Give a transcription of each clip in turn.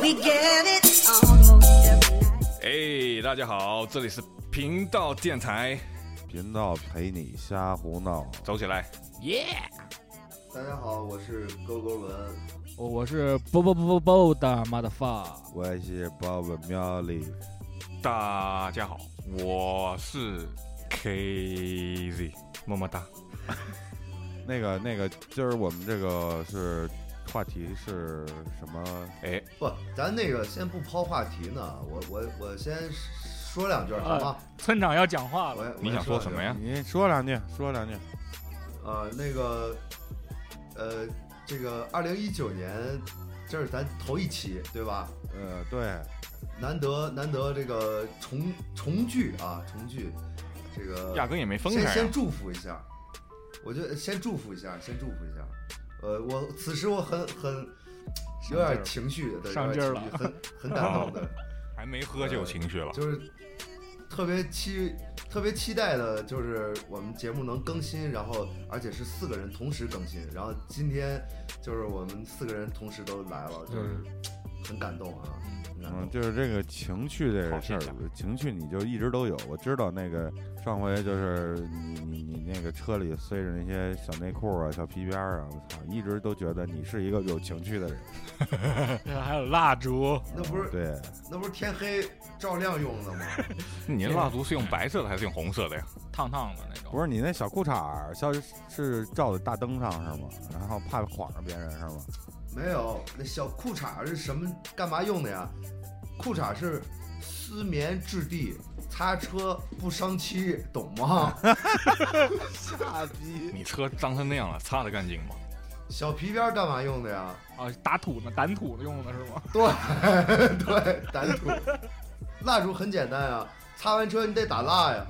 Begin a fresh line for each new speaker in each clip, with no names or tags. We get it almost every night.
哎，大家好，这里是频道电台，
频道陪你瞎胡闹，
走起来！
大家好，我是勾勾文，
我我是啵啵啵啵啵的妈的发，
我是鲍勃喵里，
大家好，我是 KZ，么么哒。
那个那个，今儿我们这个是话题是什么？
哎，
不，咱那个先不抛话题呢，我我我先说两句
啊
好吗？
村长要讲话了，
我
你想说什哎么？呀？
你说两句，说两句。
我先说两句呃，那个，呃，这个二零一九年，这是咱头一期对吧？
呃，对，
难得难得这个重重聚啊，重聚，这个
压根也没分
先
开、啊
先。祝福一下，我觉得先祝福一下，先祝福一下。呃，我此时我很很有点情绪的，
上劲儿了
有点情绪很很感 动的。
还没喝就有情绪了，
就是特别期特别期待的，就是我们节目能更新，然后而且是四个人同时更新，然后今天就是我们四个人同时都来了，就是很感动啊，很感
嗯，
动。
就是这个情趣这个事儿
好现，
情趣你就一直都有。我知道那个上回就是你你你那个车里塞着那些小内裤啊、小皮鞭儿啊，我操，一直都觉得你是一个有情趣的人。
还有蜡烛，
那不是
嗯对，
那不是天黑照亮用的吗？
你的蜡烛是用白色的还是用红色的呀？
烫烫的那种。
不是你那小裤衩儿，像是是照在大灯上是吗？然后怕晃着别人是吗？
没有，那小裤衩是什么干嘛用的呀？裤衩是丝棉质地，擦车不伤漆，懂吗？
傻逼！
你车脏成那样了，擦得干净吗？
小皮鞭儿干嘛用的呀？
啊，打土呢，掸土用的是 吗？
对，掸土。蜡烛很简单啊，擦完车你得打蜡呀，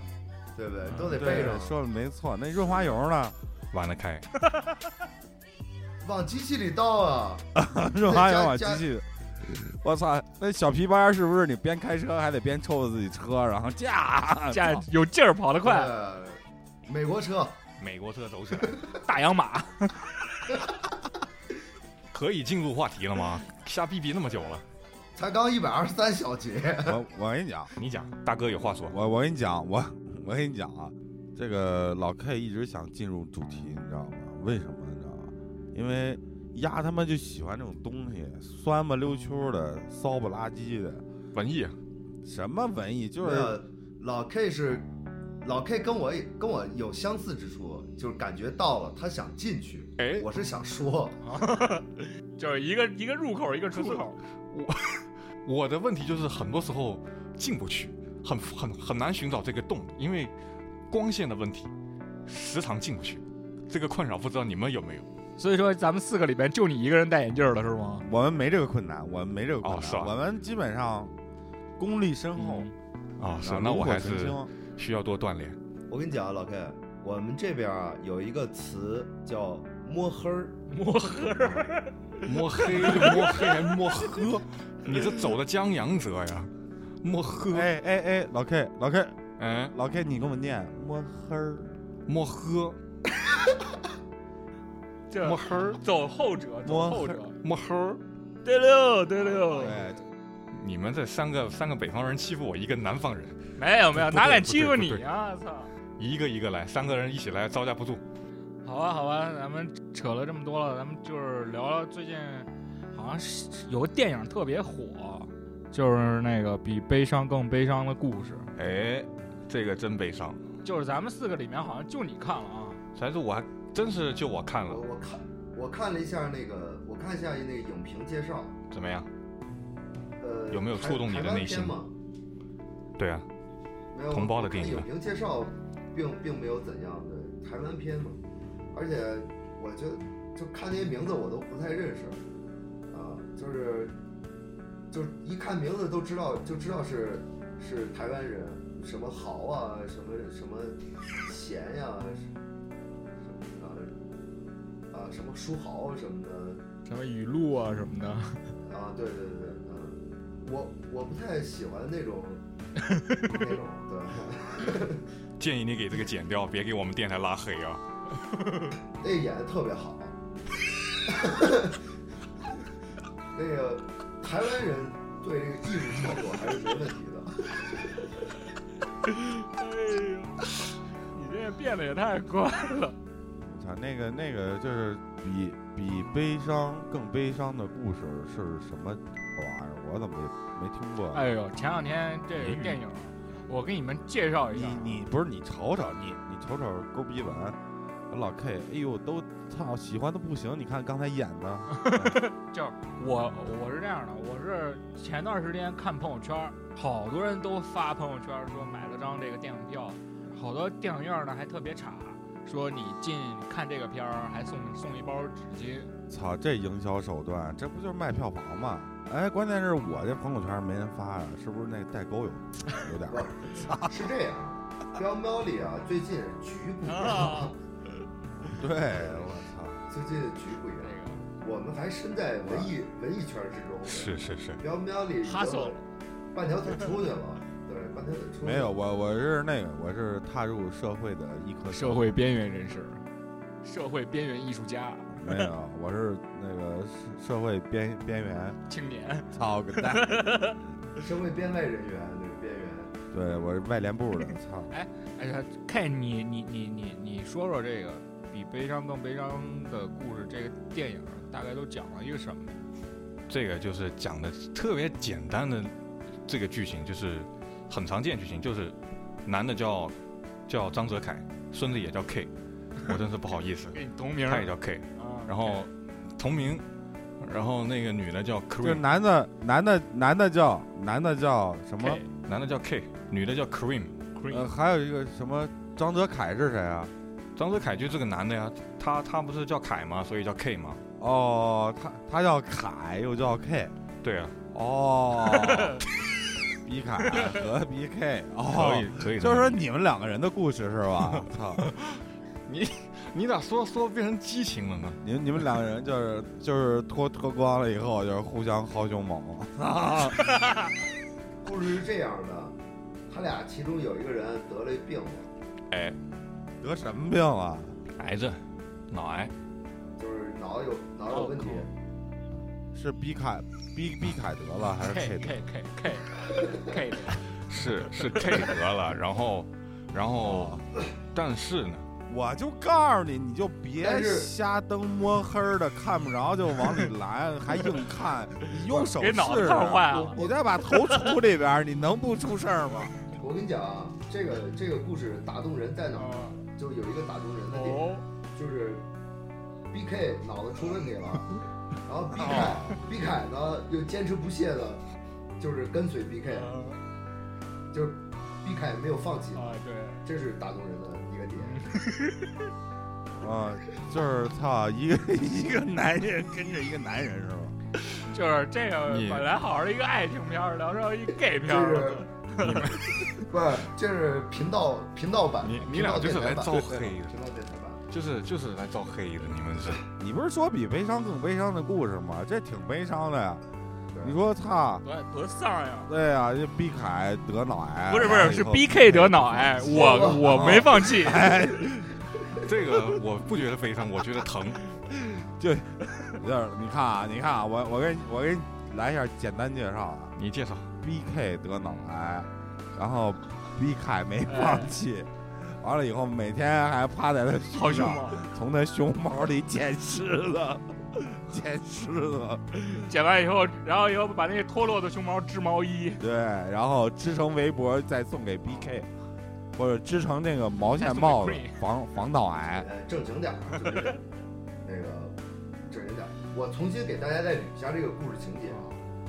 对不对？都
嗯
得备
对
上。，
说的没错。那润滑油呢？
玩得开，
往机器里倒啊，
润滑油
加
往机
加
器。我操，那小皮鞭儿是不是你边开车还得边抽着自己车，然后驾
加有劲儿，跑得快，
对。美国车，
美国车走 起来，
大洋马。
可以进入话题了吗？瞎逼逼那么久了，
才刚一百二十三小节，
我我跟你讲，
你讲，大哥有话说。
我我跟你讲，我我跟你讲啊，这个老 K 一直想进入主题，你知道吗？为什么？你知道吗？因为丫他妈就喜欢这种东西，酸不溜秋的，骚不拉几的，
文艺，
什么文艺就
没
是
有老 K 是老 K 跟我跟我有相似之处，就是感觉到了，他想进去，
哎，
我是想说，
就是一个一个入口，一个出口。
我的问题就是很多时候进不去，很很很难寻找这个洞，因为光线的问题，时常进不去。这个困扰不知道你们有没有？
所以说，咱们四个里边就你一个人戴眼镜了，是吗？
我们没这个困难，我们没这个困
哦
难，
是吧
我们基本上功力深厚。
啊，是
啊，
那我还
炉火
是
纯青
需要多锻炼。
我跟你讲啊，老 K，我们这边啊有一个词叫摸黑儿，
摸黑儿，
摸黑，摸黑还摸喝，你这走的江洋折呀？摸喝，
哎哎哎，老 K，老 K，
嗯，
老 K，你给我念摸黑儿，
摸喝，
这
摸黑儿，
走后者，
摸
走后
黑儿
者。
摸黑儿。
对溜，对溜。
对，
你们这三个三个北方人欺负我一个南方人，
没有没有，
不对
哪敢欺负
不对
你啊！操！
一个一个来，三个人一起来，招架不住。
好啊好啊，咱们扯了这么多了，咱们就是聊聊最近好像是有个电影特别火，就是那个比悲伤更悲伤的故事，
哎，这个真悲伤。
就是咱们四个里面好像就你看了啊，
才是我还真是就我看
呃我
了，
我看我看了一下那个，我看一下那个影评介绍，
怎么样？
呃，
有没有
台
触动你的
台湾
内心
片嘛？
对啊，
没有
同胞的电影
我看影评介绍并并没有怎样的台湾片嘛，而且我觉得就看那些名字我都不太认识，啊，就是就一看名字都知道就知道是是台湾人，什么豪啊，什么什么贤呀、什么啊啊什么书豪什么的。
什么语录啊什么的，
啊，对对对对，嗯，我我不太喜欢 那种那种，对，
建议你给这个剪掉，别给我们电台拉黑啊！
那演的特别好， 那个台湾人对这个艺术创作还是没问题的。
哎呦，你这变得也太快了。
我操，那个那个就是比比悲伤更悲伤的故事是什么玩意儿？我怎么也没听过？
哎呦，前两天这个电影，我给你们介绍一下
哎
你
啊。
你不是你瞅瞅你你瞅瞅勾逼文，老 K，哎呦都操喜欢的不行，你看刚才演的，
就是我我是这样的，我是前段时间看朋友圈儿，好多人都发朋友圈儿说买了张这个电影票，好多电影院儿呢还特别差，说你进看这个片儿还送送一包纸巾。
操这营销手段，这不就是卖票房吗？哎，关键是我这朋友圈没人发呀、啊是不是那代沟有有点 儿？
是这样，喵喵里啊，最近局不一
啊
啊
样，
对，我
最近局不一
这
样。
个
我们还身在文艺文艺圈之中，
是是是，
喵喵里已经
hustle
半条腿出去了，对，半条腿出去
操，
了
没有，我我是那个我是踏入社会的一颗
社会边缘人士，社会边缘艺术家
没有，我是那个社社会边边 缘，
青年，
操个蛋！
身为编外人员，那个边缘，
对我是外联部的， 操，
哎呀，K，你你你你你说说这个比悲伤更悲伤的故事，这个电影大概都讲了一个什么？，
这个就是讲的特别简单的这个剧情，就是很常见剧情，就是男的叫叫张泽凯，孙子也叫 K，我真是不好意思
给你同名儿，
他也叫 K，
啊
然后同名，然后那个女的叫
就是
Cream，
男的男的男的叫男的叫什么
K，？
男的叫 K，女的叫 Cream，
呃，还有一个什么张泽凯是谁啊？
张泽凯就这个男的呀，他他不是叫凯吗？所以叫 K 吗？
哦，他他叫凯，又叫 K，
对啊，
哦， 比凯和 BK，
可
哦，
以可以这么理解，
就是说你们两个人的故事是 吧？操，
你咋说说变成激情了呢？
你们你们两个人就是就是脱脱光了以后，就是互相薅胸毛，
故事是这样的，他俩其中有一个人得了一病了，
得什么病了？
癌症，脑癌，
就是脑有脑有问题，
是比凯比比凯得了还是 K
K
得？
K K K K 的
是是 K 得了，然后然后但是呢。
我就告诉你，你就别
但是
瞎蹬摸黑儿的，看不着就往里拦，还硬看，你用手
给脑子
试试
烫坏了
你再把头杵里边儿，你能不出事儿吗？
我跟你讲啊，这个这个故事打动人在哪儿？就有一个打动人的地方，
哦，
就是 B K 脑子出问题了，然后 B 凯 B 凯呢又坚持不懈的，就是跟随 B K，就是 B 凯没有放弃，
啊对，
这是打动人的一个点。
啊，就是操，一个 一个男人跟着一个男人是吧？
就是这个
你
本来好好的一个爱情片儿，聊成一 gay 片
就
儿
是
了，
不是，这是频道频道版，
你你
频道
俩就是
电台
来
版
招黑的
频道电台版。
就是就是来招黑的，你们是
你不是说比悲伤更悲伤的故事吗？这挺悲伤的呀。
对
你说操，
多多丧呀！
对呀、这毕凯得脑癌，
不是不
完
是，
了以
是
后
B K 得脑癌，我我没放弃。
这个我不觉得悲伤，我觉得疼。
就是你看啊，你看啊，我我给你我给你来一下简单介绍啊。
你介绍，
B K 得脑癌，然后 B 凯没
哎
放弃，完了以后每天还趴在他胸
好凶啊
上，
猛！
从他胸毛里捡虱子，捡虱子，
剪完以后，然后以后把那个脱落的胸毛织毛衣，
对，然后织成围脖再送给 B K，或者织成那个毛线帽子
再送给 Queen
防防脑癌。
呃，正经点儿，就是 那个正经点儿。我重新给大家再捋一下这个故事情节啊。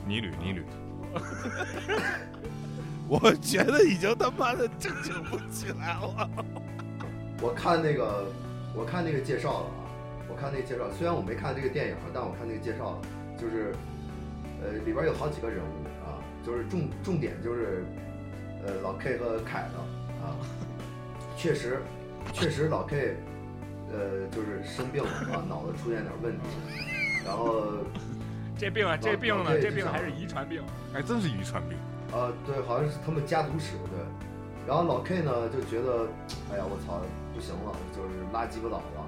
你捋你捋，
我觉得已经他妈的正经不起来了。
我看那个，我看那个介绍了啊，我看那个介绍，虽然我没看这个电影，啊但我看那个介绍了，就是，呃，里边有好几个人物啊，就是重重点就是，呃，老 K 和凯了啊，确实，确实老 K，呃，就是生病了啊，脑子出现点问题，然后，
这病啊，这病
老
呢，
老
这病还是遗传病。
还哎真是遗传病。
呃，对，好像是他们家族史对，然后老 K 呢就觉得，哎呀，我操，不行了，就是拉鸡巴倒了，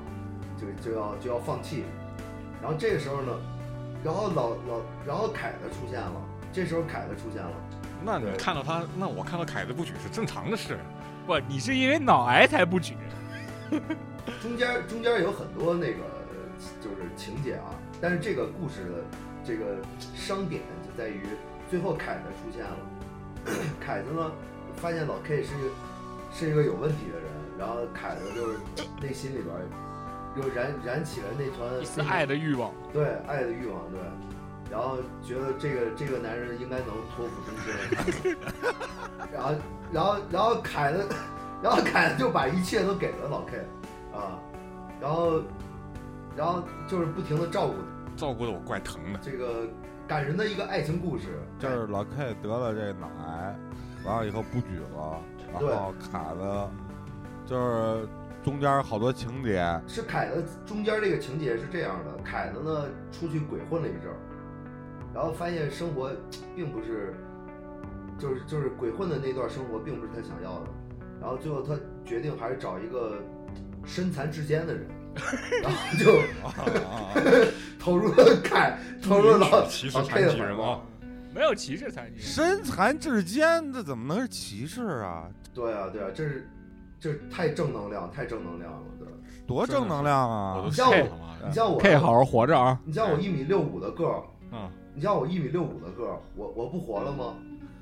就就要就要放弃。然后这个时候呢，然后老老，然后凯子出现了，这时候凯子出现了，
那你
对
看到他，那我看到凯子不举是正常的事。
不，你是因为脑癌才不举。
中间中间有很多那个就是情节啊，但是这个故事的这个伤点就在于最后凯子出现了， 凯子呢发现老 K 是一个是一个有问题的人，然后凯子就是内心里边又燃燃起了那团
一丝爱的欲望，
对爱的欲望，对，然后觉得这个这个男人应该能托付终身， 然后然后然后凯子，然后凯子就把一切都给了老 K，啊，然后然后就是不停的照顾
照顾的我怪疼的，
这个感人的一个爱情故事，
就是老 K 得了这脑癌，完了以后不举了，然后卡的，就是中间好多情节，
是凯子中间这个情节是这样的，凯子呢出去鬼混了一阵儿，然后发现生活并不是，就是就是鬼混的那段生活并不是他想要的，然后最后他决定还是找一个身残志坚的人，然后就投入了凯，投入了老
其实
老 K
残
的
疾人
怀抱
啊，
哦没有歧视才女。
身残志坚，这怎么能是歧视啊？
对啊对啊，这是这是太正能量，太正能量了，对。
多正能量啊！
我都
像
笑
我
了妈的
你像我，
K 好好活着啊！
你像我一米六五的个儿，
嗯，
你像我一米六五的个儿，我我不活了吗？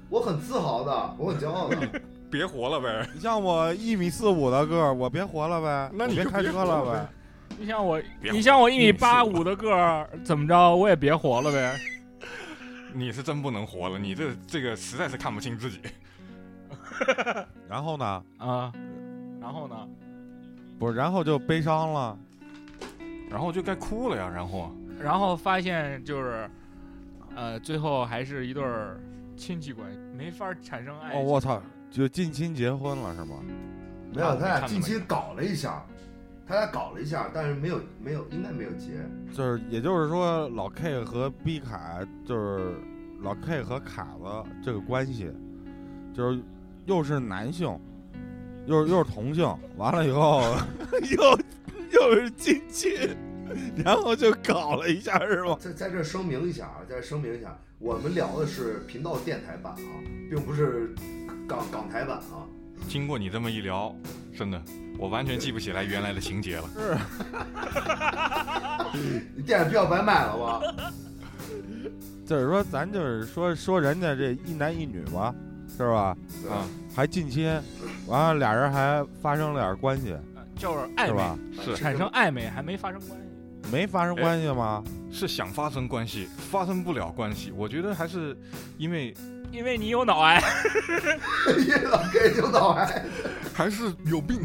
我很自豪的，我很骄傲的。
别活了呗。
你像我一米四五的个儿，我别活了 呗，
那你
我别
就
开
别
车了
活了
呗。
你像我，
别
你像我一米八
你是
五的个儿，怎么着我也别活了呗。
你是真不能活了，你这这个实在是看不清自己。
然后呢？
啊，然后呢？
不是，然后就悲伤了。
然后就该哭了呀，然后
然后发现就是，呃，最后还是一对儿亲戚关系，没法产生爱
哦，
情。
我操，就近亲结婚了是吗？
没有，他
看
俩
了
近
没
期搞了一下，他俩搞了一下，但是没有没有，应该没有结。
就是，也就是说，老 K 和 B 卡，就是老 K 和卡子这个关系，就是又是男性，又是又是同性，完了以后 又又是近亲，然后就搞了一下是吗？
在在这声明一下啊，在这声明一下，我们聊的是频道电台版啊，并不是港港台版啊。
经过你这么一聊，真的我完全记不起来原来的情节了。
你电影票白买了
嗯
吧？
就是说，咱就是说说人家这一男一女吧，是吧？
对
啊，
还近亲，完了俩人还发生了点关系，
呃就是
是
暧
吧
昧，？
是
产生 暧昧还没发生关系。
没发生关系吗？
是想发生关系，发生不了关系。我觉得还是因为
因为你有脑癌，
叶老 K 就脑癌，
还是有病。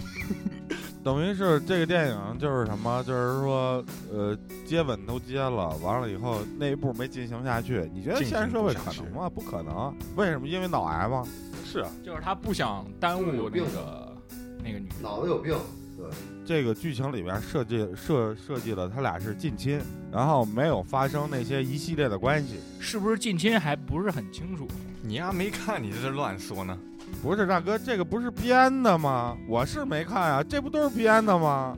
等于是这个电影就是什么？就是说，呃，接吻都接了，完了以后那一步没进行下去，你觉得
进行
现实社
不
会
下
可
去
能吗？不可能。为什么？因为脑癌吗？
是啊，
就是他不想耽
就是有
误那
病
个那个女的。
脑子有病。对，
这个剧情里边设计设设计了，他俩是近亲，然后没有发生那些一系列的关系。
是不是近亲还不是很清楚。
你丫没看，你在这乱说呢。
不是大哥，这个不是编的吗？我是没看啊，这不都是编的吗？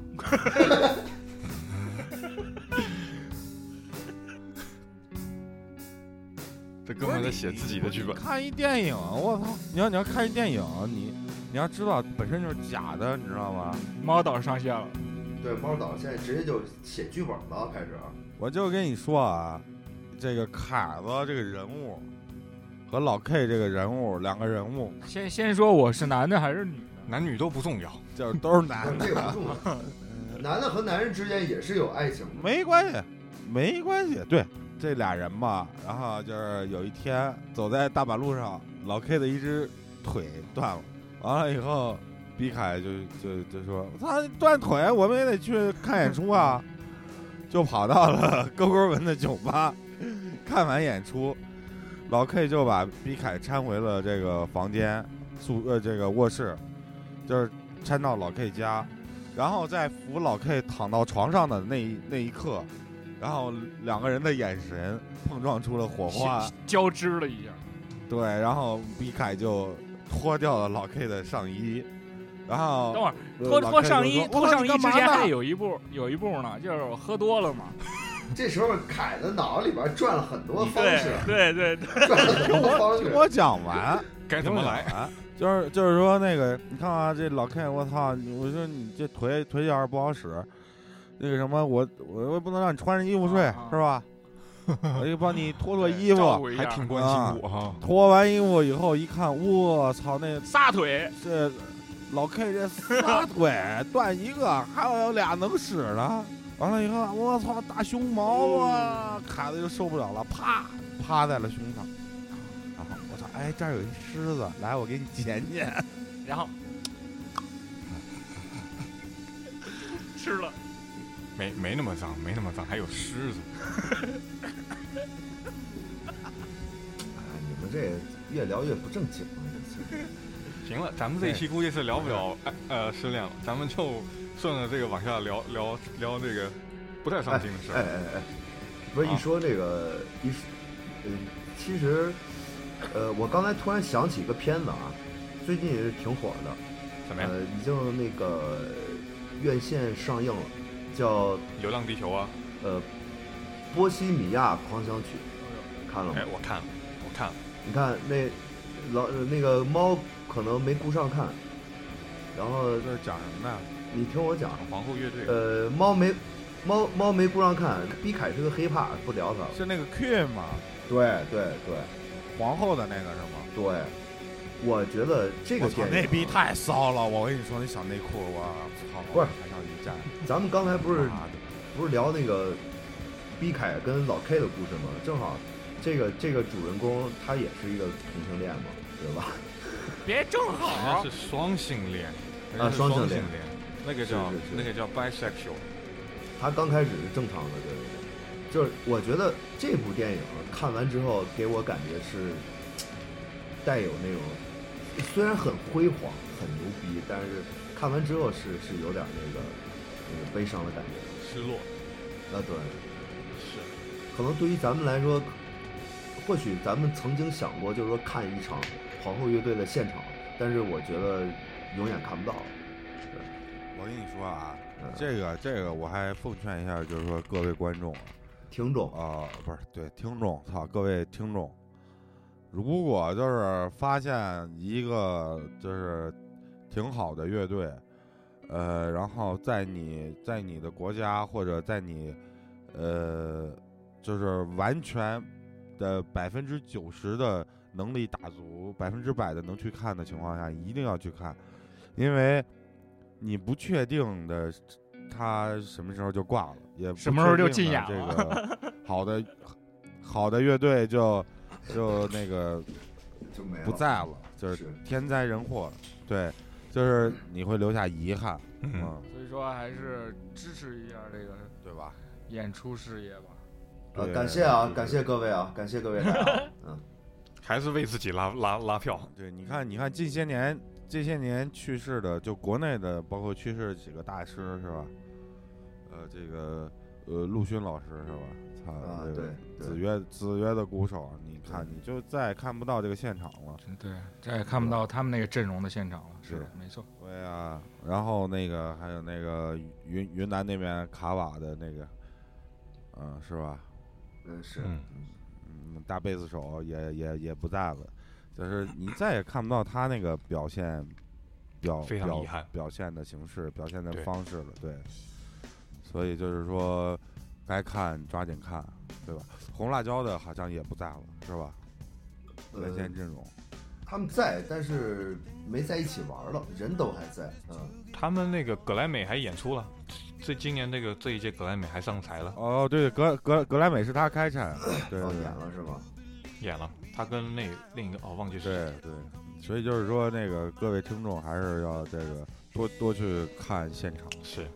这哥们在写自己的剧本。
看一电影，我操！你要你要看一电影，你你要知道本身就是假的，你知道吗？
猫岛上线了，
对，猫岛现在直接就写剧本了，开始。啊
我就跟你说啊，这个凯子这个人物和老 K 这个人物两个人物，
先先说我是男的还是女的？
男女都不重要，
就是都是
但
男 的，
这个不重要，嗯男的和男人之间也是有爱情的。
没关系，没关系。对，这俩人吧，然后就是有一天走在大马路上，老 K 的一只腿断了，完了以后，毕凯就就就说：“他断腿，我们也得去看演出啊！”就跑到了 勾勾文的酒吧，看完演出，老 K 就把毕凯搀回了这个房间宿呃这个卧室，就是搀到老 K 家，然后在扶老 K 躺到床上的那一那一刻，然后两个人的眼神碰撞出了火花，
交织了一下，
对，然后毕凯就脱掉了老 K 的上衣，然后
等会儿
呃
脱
老
脱
K
上
就
衣，
说
脱
我操
上
你
衣
干
之
嘛
前
呢
还有一步有一步呢，就是我喝多了嘛，
这时候凯的脑里边转了很多方式，
对对对，
转了很多方
听
式。
我讲完，
该怎么来？
啊？就是就是说那个，你看啊，这老 K，我操！我说你这腿腿脚不好使，那个什么，我我我不能让你穿着衣服睡，
啊啊
是吧？ 我就帮你脱脱衣
照
服，
顾一下
还挺关心
啊
我哈。
脱完衣服以后一看，我操，那
撒腿，
这老 K 这仨腿断一个，还有俩能使呢。完了以后，我操，大胸毛啊，卡的就受不了了，啪趴在了胸上。然后我操，哎，这儿有一狮子，来，我给你捡捡。
然 后吃了，
没没那么脏，没那么脏，还有狮子。
哎你们这越聊越不正经了， 这是
行了，咱们这一期估计是聊不了哎呃失恋了，咱们就顺着这个往下聊聊聊这个不太伤心的事
哎
儿。
哎哎，不是
啊
一说这个一说，呃，其实，呃，我刚才突然想起一个片子啊，最近也是挺火的，
怎么
哎
样？
呃，已经那个院线上映了，叫
《流浪地球》啊？
呃《波西米亚狂想曲》，看了吗
哎，？我看了，我看了。
你看那老呃那个猫可能没顾上看，然后
这是讲什么呢？
你听我讲，
皇后乐队，
啊呃，猫没猫猫没顾上看，毕凯是个黑怕，不聊他了。
是那个 Q 吗？
对对对
皇后的那个是吗？
对，我觉得这
我
个
操，
电影啊
那逼太骚了！我跟你说，那小内裤，我操，
不是
还上一站，
咱们刚才不是
妈的
不是聊那个毕凯跟老 K 的故事吗？正好这个这个主人公他也是一个同性恋嘛，对吧？
别正
人家
好，
是双性恋，人家
啊
是
双
双
性
性
恋，
那个叫
是是是
那个叫 bisexual。
他刚开始是正常的，对对对，就是我觉得这部电影看完之后给我感觉是带有那种虽然很辉煌很牛逼，但是看完之后是是有点那个那个悲伤的感觉。
失落，
啊，对，
是
可能对于咱们来说，或许咱们曾经想过，就是说看一场皇后乐队的现场，但是我觉得永远看不到。
我跟你说啊，
嗯
这个这个我还奉劝一下，就是说各位观众啊，
听众啊，
啊、不是对听众，操各位听众，如果就是发现一个就是挺好的乐队，呃，然后在你在你的国家或者在你呃，就是完全的百分之九十的能力打足，百分之百的能去看的情况下，一定要去看，因为你不确定的。他什么时候就挂了，也不
什么时候就
确
禁
定的
演了
这个 好的好的乐队就就那个
就没
不在了，就是
是
天灾人祸，对，就是你会留下遗憾，
嗯，
嗯，
所以说还是支持一下这个
对吧？
演出事业吧。
呃，
对
感谢啊
对，
感谢各位啊，感谢各位来啊，嗯。
还是为自己拉拉拉票。
对，你看，你看近些年这些年去世的，就国内的，包括去世的几个大师是吧？呃，这个呃，陆勋老师是吧？他
啊
这个
对
子
对
曰子曰的鼓手，你看你就再也看不到这个现场了。
对，再也看不到他们那个阵容的现场了。是的
是，
没错。
对啊，然后那个还有那个云云南那边卡瓦的那个，嗯，是吧？
嗯，是，
嗯
嗯，大贝斯手也也也不在了，就是你再也看不到他那个表现表
非常
表
遗憾
表现的形式、表现的
对
方式了，对。所以就是说，该看抓紧看，对吧？红辣椒的好像也不在了，是吧？原
呃
先，阵容，
他们在，但是没在一起玩了，人都还在，嗯，
他们那个格莱美还演出了，这今年那个这一届格莱美还上台了，
哦，对，格格格莱美是他开展，对
哦，
对
演了是吗？
演了。他跟那另一个哦，忘记是谁
对对，所以就是说，那个各位听众还是要这个多多去看现场。
是，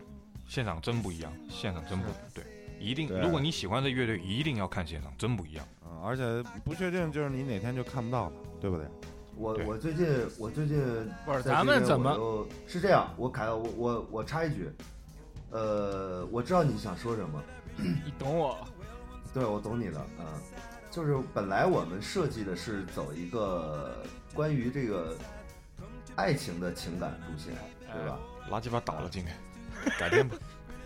现场真不一样，现场真不对，一定。
对
如果你喜欢这乐队，一定要看现场，真不一样。
嗯，而且不确定就是你哪天就看不到了，对不对？
我
对
我最近我最近
不是
在
咱
这
们
边
怎
我
么
就？是这样，我凯，我我我插一句，呃，我知道你想说什么，
你懂我，
对我懂你的，嗯，就是本来我们设计的是走一个关于这个爱情的情感路线，对吧？
垃圾吧倒了今天，改天吧。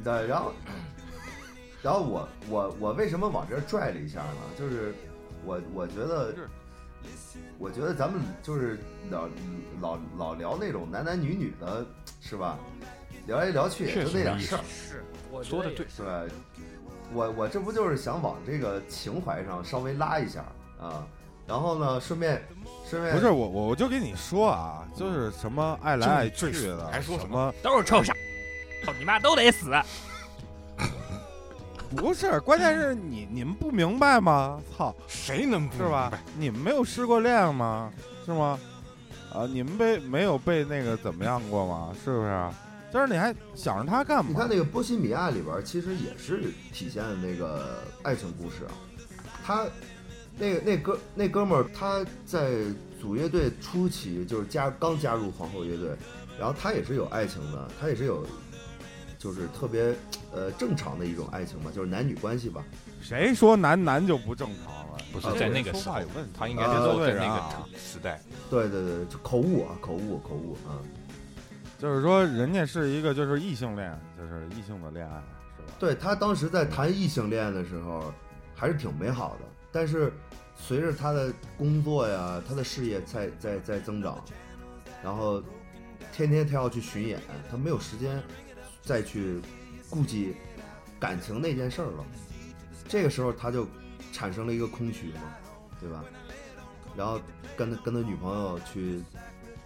对，然后然后我我我为什么往这儿拽了一下呢？就是我我觉得
是，
我觉得咱们就是老老老聊那种男男女女的，是吧？聊来聊去也
确
就
实
那点
没意
事儿，
是，我觉
说
得
的
也
对
是
是吧？我我这不就是想往这个情怀上稍微拉一下啊，然后呢，顺便顺便
不是我我我就跟你说啊，就是什么爱来爱去
这
的，
还说
什
什
么
都是臭傻，
哦
操你妈都得死。
不是，关键是你你们不明白吗？操，
谁能不
是
明
吧
白？？
你们没有失过恋吗？是吗？啊，你们被没有被那个怎么样过吗？是不是？就是你还想着他干嘛？
你看那个《波西米亚》里边，其实也是体现了那个爱情故事啊。他那个那哥那哥们儿，他在组乐队初期就是加刚加入皇后乐队，然后他也是有爱情的，他也是有就是特别呃正常的一种爱情嘛，就是男女关系吧。
谁说男男就不正常了？
不是
啊
在
我
那
这
个时
说
候
话有问题，
他应该是说在那
啊
个时代，
对对对，就口误啊，口误口误啊。
就是说人家是一个就是异性恋，就是异性的恋爱，是吧？
对他当时在谈异性恋的时候，还是挺美好的。但是随着他的工作呀，他的事业在在在增长，然后天天他要去巡演，他没有时间再去顾及感情那件事儿了。这个时候他就产生了一个空虚嘛，对吧？然后跟他跟他女朋友去，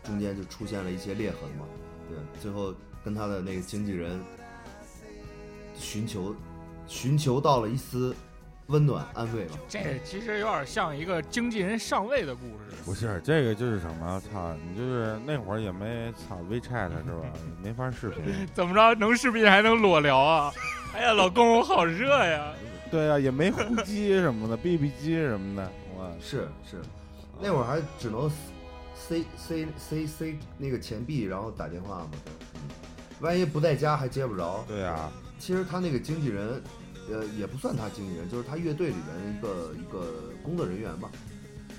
中间就出现了一些裂痕嘛，对，最后跟他的那个经纪人寻求，寻求到了一丝温暖安慰吧。
这其实有点像一个经纪人上位的故事。
不是这个就是什么？操，你就是那会儿也没操 WeChat 是吧？没法视频。
怎么着，能视频还能裸聊啊？哎呀，老公，我好热呀！
对啊，也没呼机什么的，BB 机什么的，我
是是，那会儿还只能塞塞塞塞那个钱币，然后打电话嘛。嗯万一不在家还接不着。
对啊，
其实他那个经纪人，呃，也不算他经纪人，就是他乐队里面一个一个工作人员吧，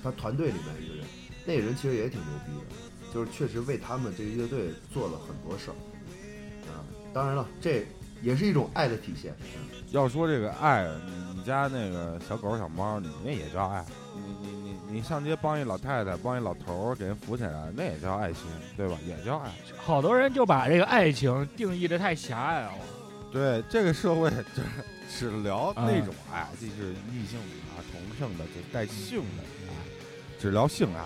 他团队里面一个人。那个人其实也挺牛逼的，就是确实为他们这个乐队做了很多事儿。啊，当然了，这也是一种爱的体现。嗯
要说这个爱，你你家那个小狗小猫，你那也叫爱。你你你你上街帮一老太太，帮一老头儿给人扶起来，那也叫爱心，对吧？也叫爱。
好多人就把这个爱情定义的太狭隘了。
对，这个社会就是只聊
啊
那种爱，就是异性的啊、同性的，就是带性的
嗯
爱，只聊性爱，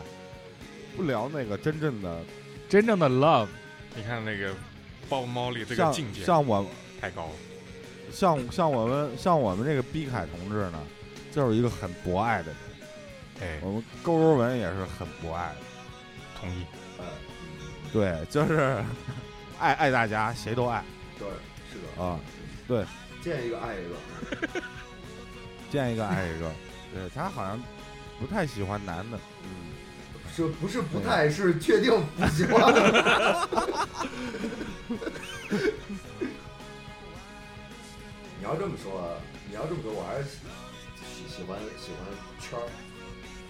不聊那个真正的
真正的 love，
你看那个豹猫里这个
像
境界
像我
太高了，
像像我们像我们这个毕凯同志呢，就是一个很博爱的人。
哎，
我们勾勾文也是很博爱的，
同意。
哎，
对，就是 爱爱大家，谁都爱
对，是的，嗯
啊，
见一个爱一个。
见一个爱一个。对他好像不太喜欢男的，嗯，
是不是不太是确定不喜 欢？你要这么说，啊，你要这么说，我还是喜喜欢喜欢圈儿。
嗯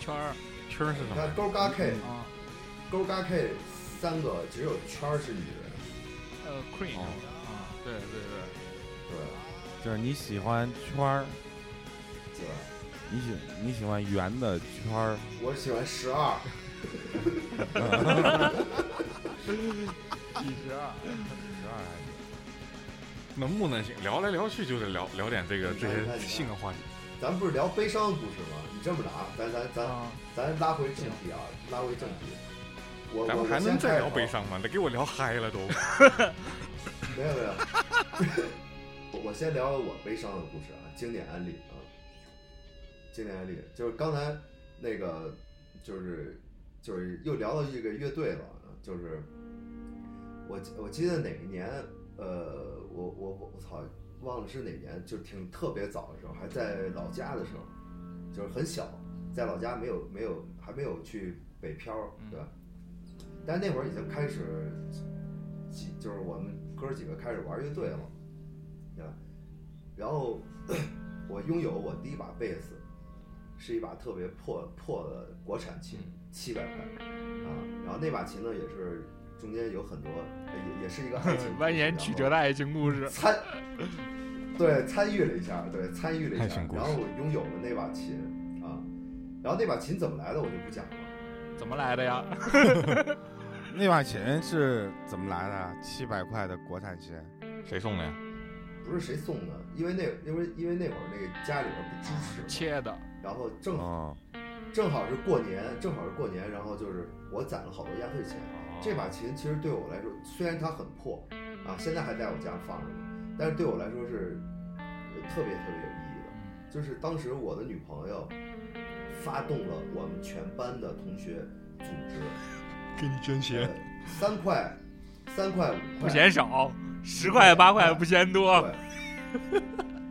圈儿
圈儿是什
你
么
看
呀？
勾嘎 K，
嗯
啊，
勾嘎 K 三个只有圈儿是女人，
呃，queen
哦
啊，对对对，
对
就是你喜欢圈儿，
对吧？
你喜你喜欢圆的圈儿，
我喜欢十二，
一直啊
十二还行
能不能行？聊来聊去就是聊聊点这个这些性的话题。
咱不是聊悲伤的故事吗？你这么拿，咱咱咱
啊，
咱拉回正题啊，拉回正题。我
咱
我
们还
我先
能再
开
聊
头
悲伤吗？得给我聊嗨了都。
没有没有，我先聊我悲伤的故事啊，经典案例啊，经典案例就是刚才那个，就是就是又聊到这个乐队了，啊就是我记我记得哪一年，呃，我我我我操，忘了是哪年，就挺特别早的时候，还在老家的时候，就是很小，在老家没有没有还没有去北漂，对吧？但那会儿已经开始几就是我们哥儿几个开始玩乐队了，对吧？然后 我拥有我第一把贝斯，是一把特别破破的国产琴，七百块啊。然后那把琴呢，也是中间有很多，呃也也是一个爱情故
蜿
事
蜒曲折的爱情故事，
掺对，参与了一下，对，参与了一
太
下
辛，苦了
然后我拥有了那把琴啊，然后那把琴怎么来的我就不讲了。
怎么来的呀？
那把琴是怎么来的？七百块的国产琴，
谁送的呀？
不是谁送的，因为那因为因为那会儿那个家里边不支持
哦
嘛，
切的，
然后
嗯
正好
哦，
正好是过年，正好是过年，然后就是我攒了好多压岁钱。
哦
这把琴其实对我来说，虽然它很破啊，现在还在我家放着呢，但是对我来说是呃特别特别有意义
嗯
的。就是当时我的女朋友发动了我们全班的同学组织，
给你捐
呃
鞋，
三块、三块、五块
不嫌少，十块八块不嫌 多。
对，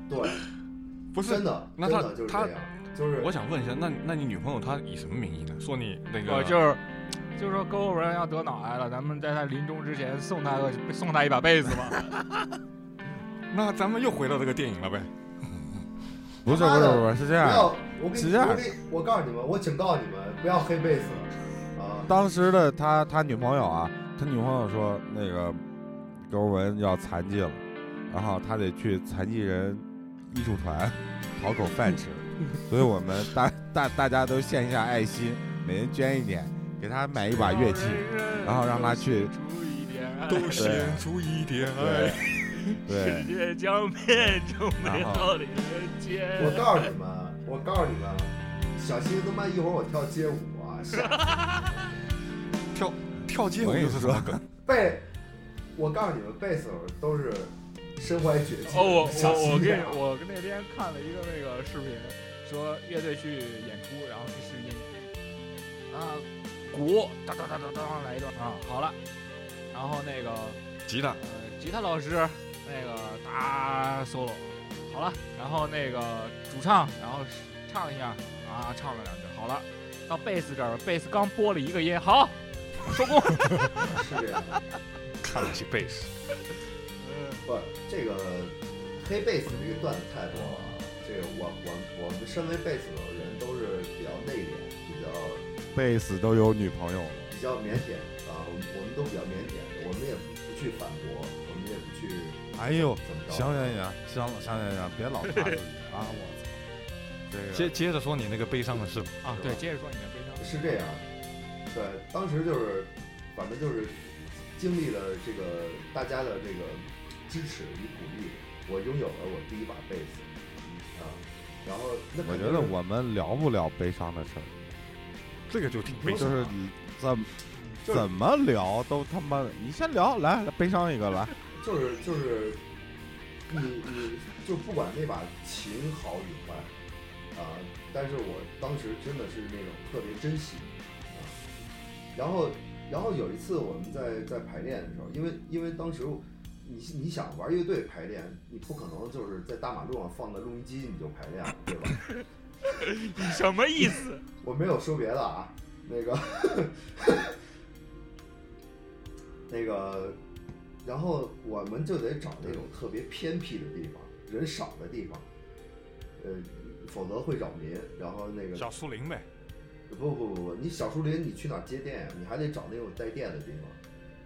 对，
不是
真的，
那
真
他
的就是
他
这样，就是
我想问一下，那那你女朋友她以什么名义呢？说你那个，
我呃就是。就说郭富城要得脑癌了，咱们在他临终之前送他个送他一把贝斯吧。
那咱们又回到这个电影了呗？
不是
他
不
妈
是
的
不是是这
不
样，
要，我给
是
你，
这样
我给，我告诉你们，我警告你们，不要黑贝斯了啊！
当时的他他女朋友啊，他女朋友说那个高文要残疾了，然后他得去残疾人艺术团 讨口饭吃，所以我们大大大家都献下爱心，每人捐一点，给他买一把乐器，然后让他去
注意哎点爱
都
献
出一点
对，
哎
对，
界将变成的人间
我告诉你们，我告诉你们，小心他妈一会儿我跳街舞啊！吓
跳街舞
我跟
又
你
是什
说
么梗？
贝，我告诉你们，贝斯手都是身怀绝技。
哦，我
小
我
心
我
点
跟
啊
我跟那边看了一个那个视频，说乐队去演出，然后去试音，啊，鼓当当当当当来一段啊，好了，然后那个
吉他
呃吉他老师那个打 solo，好了，然后那个主唱然后唱一下啊，唱了两句，好了，到贝斯这儿，贝斯刚拨了一个音，好，收工。
是这样。
看得起贝斯，
不，这个黑贝斯这个段子太多了啊！这个我我我们身为贝斯手的人都是比较内敛，比较
贝斯都有女朋友了，
比较腼腆啊，我们我们都比较腼腆，我们也不去反驳，我们也不去
哎呦，
怎么着。
想想想想想想想，别老怕自己啊，我操，
接
这个
接着说你那个悲伤的事吧。
啊，对，接着说你的悲伤。
是这样，对，当时就是，反正就是经历了这个大家的这个支持与鼓励，我拥有了我第一把贝斯，啊，然后那
我
肯定
觉得我们聊不了悲伤的事儿，
这个就挺悲
就
伤
是
的。
你怎么
就是
怎么聊都他妈，你先聊，来来悲伤一个来，
就是就是你你就不管那把琴好与坏啊，但是我当时真的是那种特别珍惜啊。然后然后有一次我们在在排练的时候，因为因为当时我你你想玩乐队排练，你不可能就是在大马路上放个录音机你就排练了，对吧？
你 什么意思？
我没有说别的啊，那个， 那个，然后我们就得找那种特别偏僻的地方，人少的地方，呃，否则会扰民。然后那个
小树林呗，
不不不不，你小树林你去哪儿接电呀、你还得找那种带电的地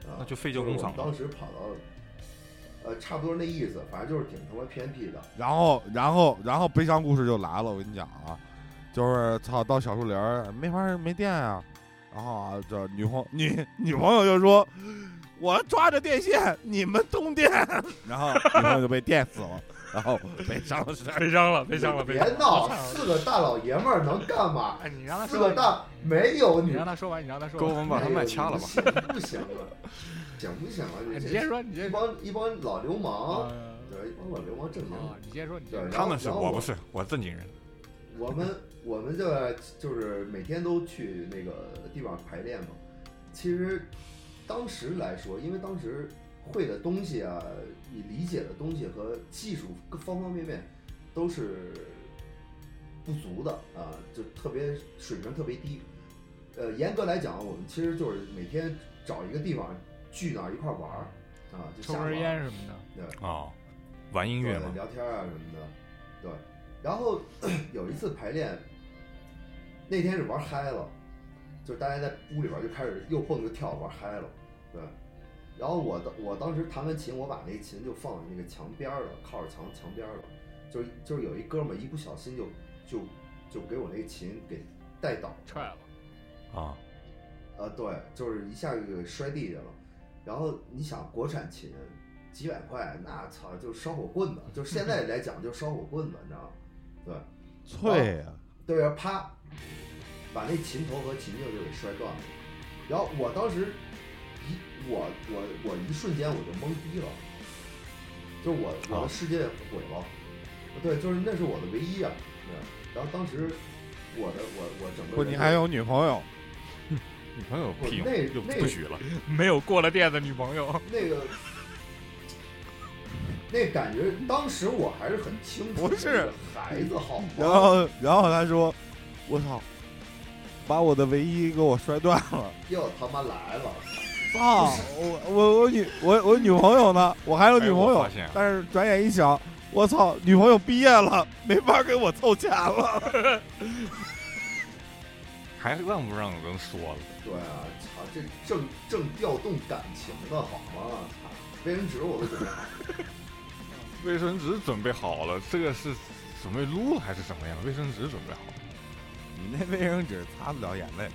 方，啊，
那就废旧工厂
就是我们当时跑到，呃，差不多那意思，反正就是挺他妈偏僻的。
然后然后然后悲伤故事就来了，我跟你讲啊，就是操到小树林儿没法儿没电啊，然后啊这女朋女女朋友就说。我抓着电线，你们通电， 然后女朋友就被电死了，然后悲伤的事儿
悲伤了，悲伤了，悲
别
伤了。
闹，
啊
四个大老爷们儿能干 嘛？
哎，你让他
四
说
个
完，
大没有
你
女
让他说完，你让他说
给
完
我。们把他
哎呦
麦掐了吧。
你不行不行啊，行不行啊？
哎
你
你
这
先说，你
一
先说。
帮一帮老流氓，
啊
对，一帮老流氓正经。
啊，你先说，你
对
先，说。
他们是
然后
我不。是，我正经人。
我们我们就就是每天都去那个地方排练嘛。其实当时来说，因为当时会的东西啊，你理解的东西和技术各方方面面都是不足的啊，就特别水平特别低。呃，严格来讲，我们其实就是每天找一个地方聚哪儿一块儿玩儿啊，就
抽
瞎玩儿
根烟什么的，
哦，玩音乐
对
嘛，
聊天啊什么的，对。然后 有一次排练，那天是玩嗨了，就是大家在屋里边就开始又蹦又跳玩嗨了，对。然后我当我当时弹完琴，我把那个琴就放在那个墙边儿了，靠着墙墙边儿了，就就是有一哥们儿一不小心就就就给我那个琴给带倒了，
踹了，
啊，
呃，对，就是一下就给摔地下了。然后你想，国产琴几百块，那操，就烧火棍子，就现在来讲就烧火棍子，你知道吗？对，
脆呀、
对啊，啪，把那琴头和琴颈就给摔断了。然后我当时一我我我一瞬间我就懵逼了，就我我的世界毁了。对，就是那是我的唯一啊。对，然后当时我的我我整个
不，
人
你
就
还有女朋友，
女朋友有
我
屁用，
那
就
那
不许了。
没有过了电的女朋 友，
那个，那感觉当时我还是很清楚，
不是
孩子好吗，
然后然后他说，我操，把我的唯一给我摔断了，
又他妈来了，
操，我我我女我我女朋友呢？我还有女
哎我
朋友
发现啊，
但是转眼一想，我操，女朋友毕业了，没法给我凑钱了。
还让不让人说了？
对啊，操，这正正调动感情呢，好吗？操，卫生纸我都准备好了，
卫生纸准备好了，这个是准备撸了还是什么样？卫生纸准备好了。
你那卫生纸擦不了眼泪。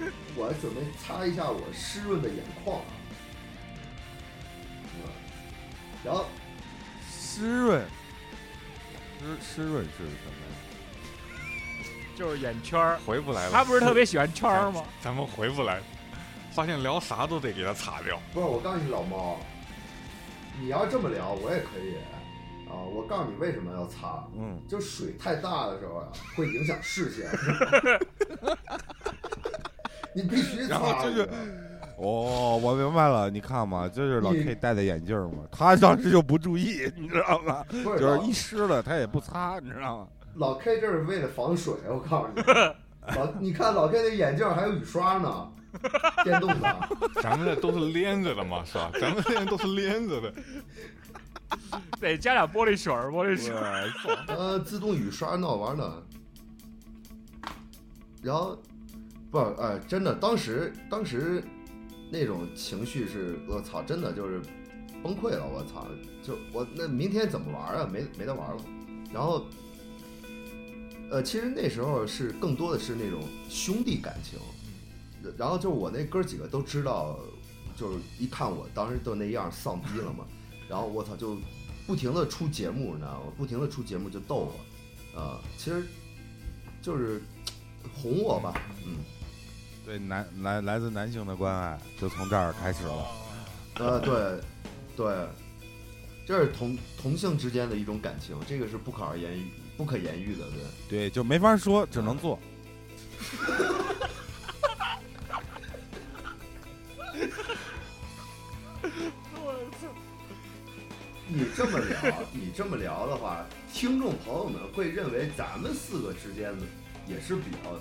我准备擦一下我湿润的眼眶。啊嗯然后
湿润，湿湿润是什么呀？
就是眼圈儿。
回不来了。
他不是特别喜欢圈 儿吗？
咱们回不来，发现聊啥都得给他擦掉。
不是，我告诉你老猫，你要这么聊，我也可以啊。我告诉你为什么要擦，
嗯，
就水太大的时候啊，会影响 视线。你必须擦
然后这就
这个
哦，我明白了。你看嘛，就是老
你
K 戴的眼镜嘛，他当时就不注意，你知道吗？
不是
就是
老
一湿了他也不擦，你知道吗？
老 K 这是为了防水，我告诉你， 老你看老 K 那眼镜还有雨刷呢，电动的。
咱们这都是连着的嘛，是吧？咱们这都是连着的。
得加点玻璃水儿，玻璃水儿。
呃，自动雨刷闹玩呢。然后，不，哎，真的，当时当时那种情绪是，我操，真的就是崩溃了，我操，就我那明天怎么玩啊？没没得玩了。然后，呃，其实那时候是更多的是那种兄弟感情，然后就我那哥几个都知道，就是一看我当时都那样丧逼了嘛，然后我操就不停的出节目，你知道吗？不停的出节目就逗我，啊、其实就是哄我吧，嗯，
对，男来来自男性的关爱就从这儿开始
哦
了。
呃，对，对，这是同同性之间的一种感情，这个是不可而言喻、不可言喻的，对。
对，就没法说，只能做。
你这么聊，你这么聊的话，听众朋友们会认为咱们四个之间的也是比较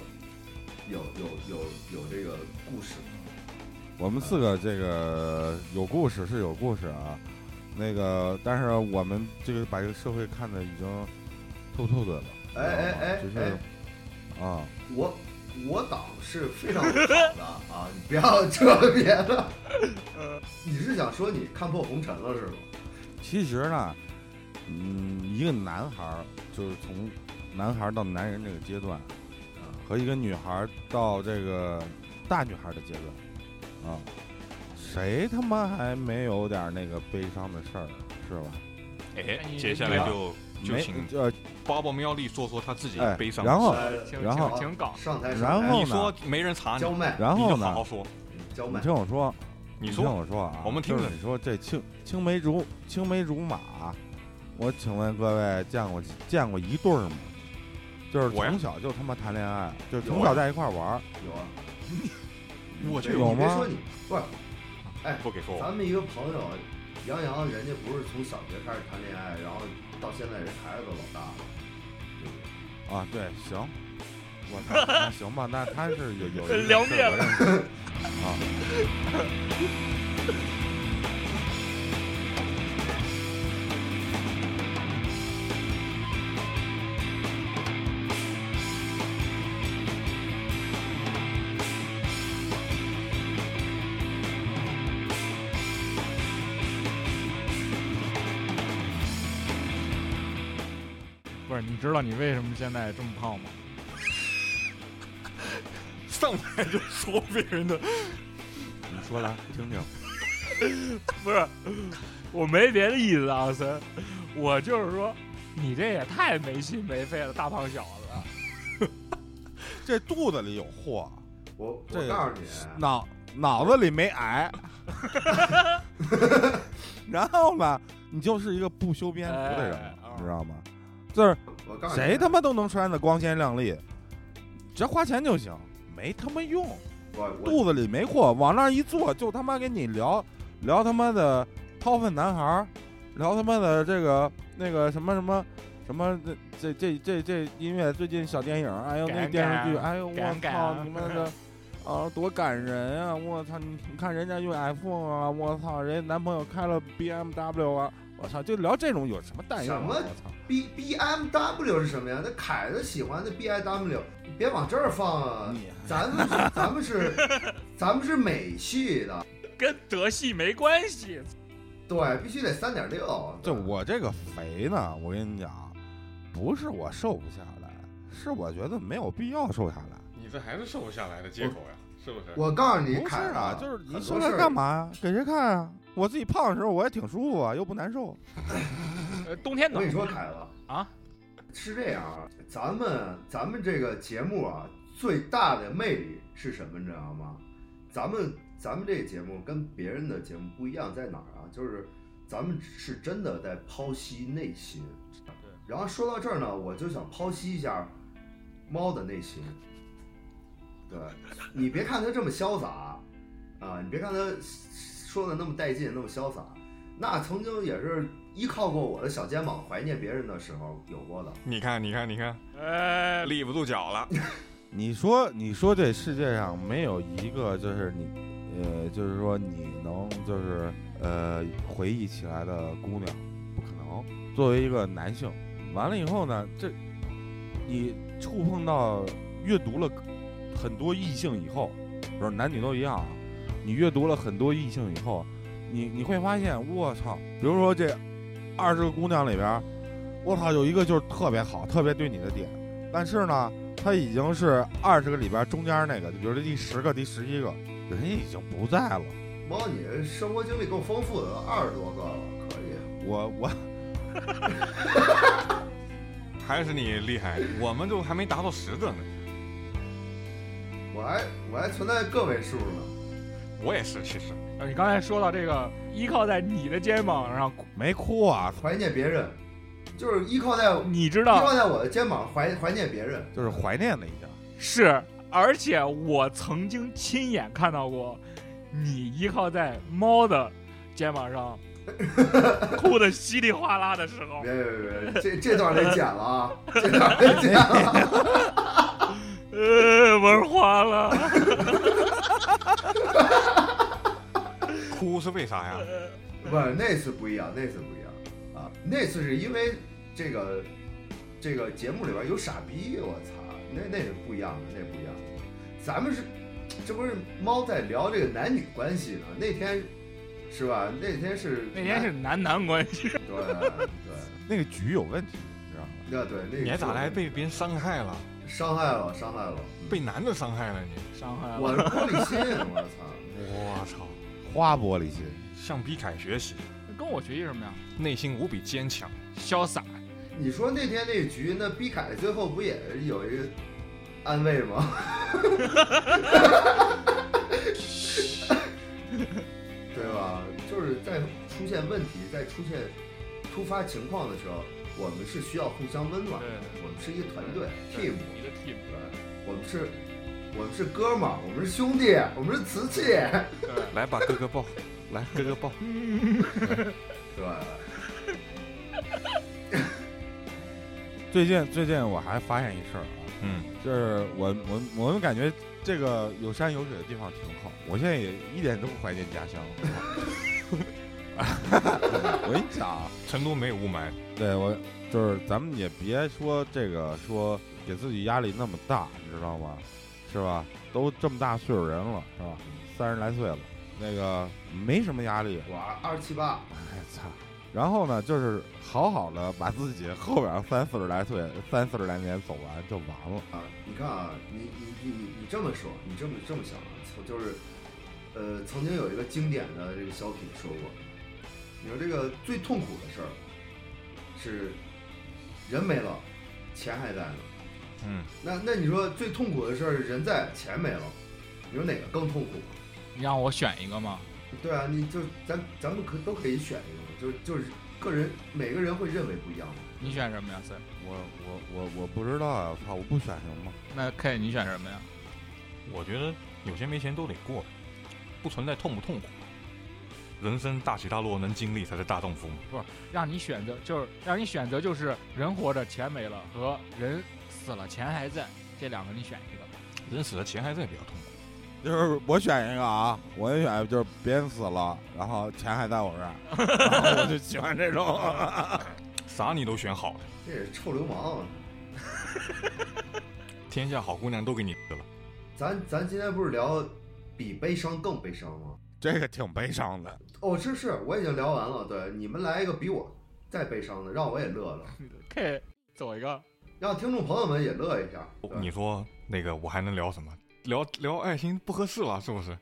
有有有有这个故事的。
我们四个这个有故事是有故事啊，那个但是我们这个把这个社会看的已经透透的了，
哎哎哎
哦就是
哎，
啊，
我我党是非常好的啊，你不要扯别的。你是想说你看破红尘了是吗？
其实呢，嗯，一个男孩儿就是从男孩儿到男人这个阶段，和一个女孩儿到这个大女孩儿的阶段，啊，谁他妈还没有点儿那个悲伤的事儿是吧？
哎
哎，
接下来就就
没
请
呃，
包包喵丽说说她自己
哎
悲伤。
然后
来
挺
然后
挺挺搞。
啊上台
然
你
后呢
说没人查你，
交麦
然
你
后
就
呢
好好？说。
嗯交
你
麦，
听我说，
你
听
说
我说啊，
我们听
就是
着
你说这青青梅竹青梅竹马，我请问各位见过见过一对儿吗？就是
我呀
从小就他妈谈恋爱，就
有
从
啊
小在一块儿玩儿，
有啊？
我
对
去，
有
你别
吗
说你不是，哎，
不给说我
咱们一个朋友杨洋，人家不是从小学开始谈恋爱，然后到现在人孩子都老大了。
啊，对，行，我操，那行吧，那他是有 有一个
聊
是
灭
我认识的啊。
不是，你知道你为什么现在这么胖吗？
上来就说别人的，
你说来听听。
不是，我没别的意思啊，森，我就是说，你这也太没心没肺了，大胖小子。
这肚子里有货，
我
这
我告诉你，
脑脑子里没癌，然后呢，你就是一个不修边幅的人，
哎
你知道吗？就是
我告诉你，
谁他妈都能穿的光鲜亮丽，只要花钱就行，没他妈用，
我我
肚子里没货，往那儿一坐就他妈跟你聊聊他妈的掏粪男孩儿，聊他妈的这个那个什么什么。什么这这这这这音乐最近小电影，哎呦那个
感
电视剧，
感
哎呦我
感感
操你妈的，啊多感人啊！我操你你看人家用 iPhone 啊，我操人家男朋友开了 BMW 啊，我操就聊这种有什么蛋用啊？
什么
我操！
B B M W 是什么呀？那凯子喜欢的 B I W，你别往这儿放啊！
你
咱们是咱们是咱们是美系的，
跟德系没关系。
对，必须得三点六。
这我这个肥呢，我跟你讲，不是我瘦不下来，是我觉得没有必要瘦下来。
你这还是瘦不下来的借口呀，是不是？
我告诉你，
不是
凯
啊，
子
就是你
很多
瘦下
事
来
儿
干嘛呀？给谁看啊？我自己胖的时候我也挺舒服啊，又不难受。
呃，冬天
我
暖
跟你说，凯子
啊，
是这样啊，咱们咱们这个节目啊，最大的魅力是什么？你知道吗？咱们咱们这个节目跟别人的节目不一样，在哪儿啊？就是咱们是真的在剖析内心。然后说到这儿呢，我就想剖析一下猫的内心。对，你别看它这么潇洒啊，你别看它说的那么带劲，那么潇洒，那曾经也是依靠过我的小肩膀怀念别人的时候有过的。
你看，你看，你看，
哎
呃，
立不住脚了。
你说，你说这世界上没有一个就是你，呃，就是说你能就是呃回忆起来的姑娘，不可能。作为一个男性，完了以后呢，这你触碰到阅读了很多异性以后，不是男女都一样啊，你阅读了很多异性以后，你你会发现，我操，比如说这二十个姑娘里边儿，我操，有一个就是特别好，特别对你的点，但是呢。他已经是二十个里边中间那个，就比如说第十个、第十一个，人家已经不在了。
猫，你这生活经历够丰富的了，二十多个了，可以。
我我
还是你厉害，我们都还没达到十个呢。
我还我还存在个位数呢。
我也是，其实
呃你刚才说到这个依靠在你的肩膀上，
没哭啊，
怀念别人，就是依靠在依
你知道
靠在我的肩膀怀怀念别人。
就是怀念了一下。
是，而且我曾经亲眼看到过，你依靠在猫的肩膀 上，哭的稀里哗啦的时候，
别别别，这这段得剪了啊，这段
哎
得剪了。
呃，玩花了。
哭是为啥呀？
不是那次不一样，那次不一样啊，那次是因为这个这个节目里边有傻逼，我操，那那是不一样的，那不一样的。咱们是，这不是猫在聊这个男女关系呢？那天是吧？那天是
那天是男男关系，
对对，
那个局有问题，你知道吗？
那对那个
你还咋来被别人伤害了？
伤害了？伤害了！
被男的伤害了你？
伤害
我
了。
是玻璃心，我操！
我操！
花玻璃心，
向比凯学习，
跟我学习什么呀？
内心无比坚强。
潇洒。
你说那天那局，那毕凯最后不也是有一个安慰吗？对吧？就是在出现问题、在出现突发情况的时候，我们是需要互相温
哎
暖的。
对
我们是一个团队 team，
你的 team，
对我们是，我们是哥们儿，我们是兄弟，我们是瓷器，对
来，把哥哥抱，来，哥哥抱。
吧？
最近最近我还发现一事儿啊，
嗯，
就是我我我们感觉这个有山有水的地方挺好，我现在也一点都不怀念家乡。 我跟你讲啊，
成都没有雾霾，
对我就是咱们也别说这个说给自己压力那么大，你知道吗？是吧？都这么大岁数人了，是吧？三十来岁了，那个没什么压力。
我二七八，
哎操！然后呢，就是好好的把自己后边三四十来岁、三四十来年走完就完了。
啊，你看啊，你你你你你这么说，你这么这么想啊，从就是，呃，曾经有一个经典的这个小品说过，你说这个最痛苦的事儿是人没了，钱还在呢。
嗯，
那那你说最痛苦的事儿，人在钱没了，你说哪个更痛苦？啊
你让我选一个嘛？
对啊，你就咱咱们可都可以选一个嘛，就是就是个人每个人会认为不一样嘛。
你选什么呀？Sir，
我我我我不知道啊，操！我不选行吗？
那 K 你选什么呀？
我觉得有钱没钱都得过，不存在痛不痛苦。人生大起大落能经历才是大丈夫嘛。
让你选择就是让你选择就是人活着钱没了和人死了钱还在这两个你选一个吧。
人死了钱还在比较痛苦。
就是我选一个啊，我也选就是别人死了，然后钱还在我这儿，然后我就喜欢这种。
啥你都选好了，
这也是臭流氓啊、
天下好姑娘都给你得了。
咱咱今天不是聊比悲伤更悲伤吗？
这个挺悲伤的，
哦，是是，我已经聊完了。对，你们来一个比我再悲伤的，让我也乐乐，
K 走一个，
让听众朋友们也乐一下。对
你说那个我还能聊什么？聊聊爱情不合适了，是不是？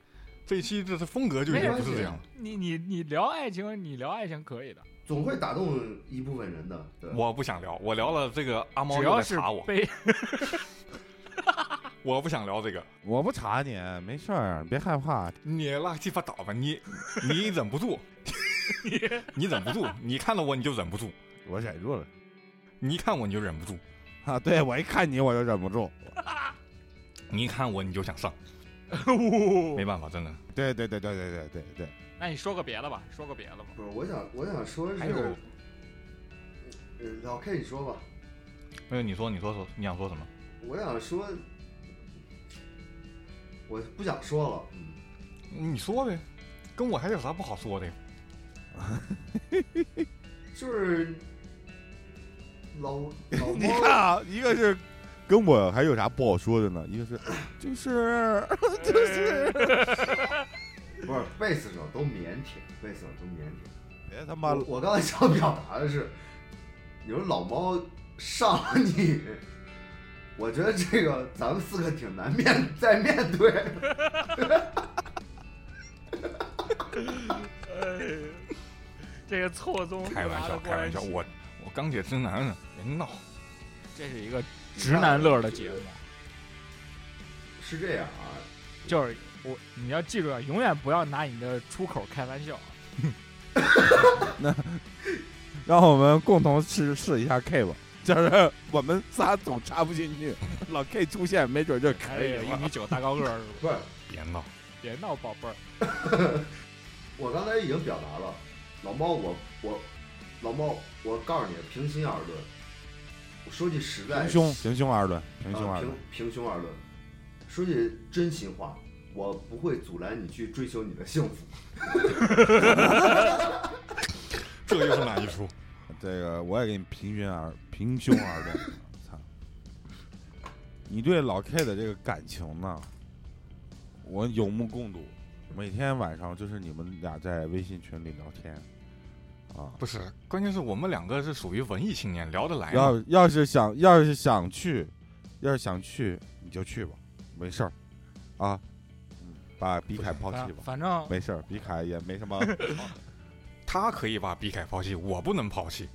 这一期这是风格就已经不是这样了。
你你你聊爱情，你聊爱情可以的，
总会打动一部分人的。对，
我不想聊，我聊了这个阿猫
只
又
要
在
是
查我，
悲，
我不想聊这个。
我不查你，没事儿，别害怕。
你拉鸡巴倒吧，你你忍不 住，你忍不住，你看到我你就忍不住，
我忍住了
你一看我你就忍不住，
啊！对我一看你我就忍不住。
你一看我你就想上，没办法，真的。
对对对对对对对对，
那你说个别的吧，说个别的吧。
不是，我想我想说是，
还有
呃老 K 你说吧，
那你说，你说说，你想说什么？
我想说，我不想说了。嗯，
你说呗，跟我还有啥不好说的？
就是老老
你看
猫，
啊，一个是跟我还有啥不好说的呢？一个是就是就是，
不是贝斯手都腼腆，贝斯手都腼腆。
别他妈
我我刚才想表达的是，你说老猫上了你，我觉得这个咱们四个挺难面再面对。
这个错综
开玩笑，开玩笑，我我钢铁直男呢，别闹。
这是一个直男乐的节目，
是这样啊，
就是我你要记住啊，永远不要拿你的出口开玩笑。
让我们共同试试一下 K 吧，就是我们仨总插不进去，老 K 出现没准就
还
哎
可以
得哎一
了。
米九大高个儿是吧？
不是，
别闹，
别闹，宝贝儿。
我刚才已经表达了，老猫我我老猫，我告诉你，平心而论，我说句实在
平胸平胸二论，平胸
啊
二
平
论，
平胸而论，说句真心话，我不会阻拦你去追求你的幸福。
这又是哪一出？
这个我也给你平胸二平胸二论。操！你对老 K 的这个感情呢，我有目共睹。每天晚上就是你们俩在微信群里聊天，啊，
不是，关键是我们两个是属于文艺青年，聊得来嘛。
要要是想要是想去，要是想去你就去吧，没事儿，啊，嗯把比凯抛
反
弃吧，
啊反正
没事儿，比凯也没什么
他可以把比凯抛弃，我不能抛弃，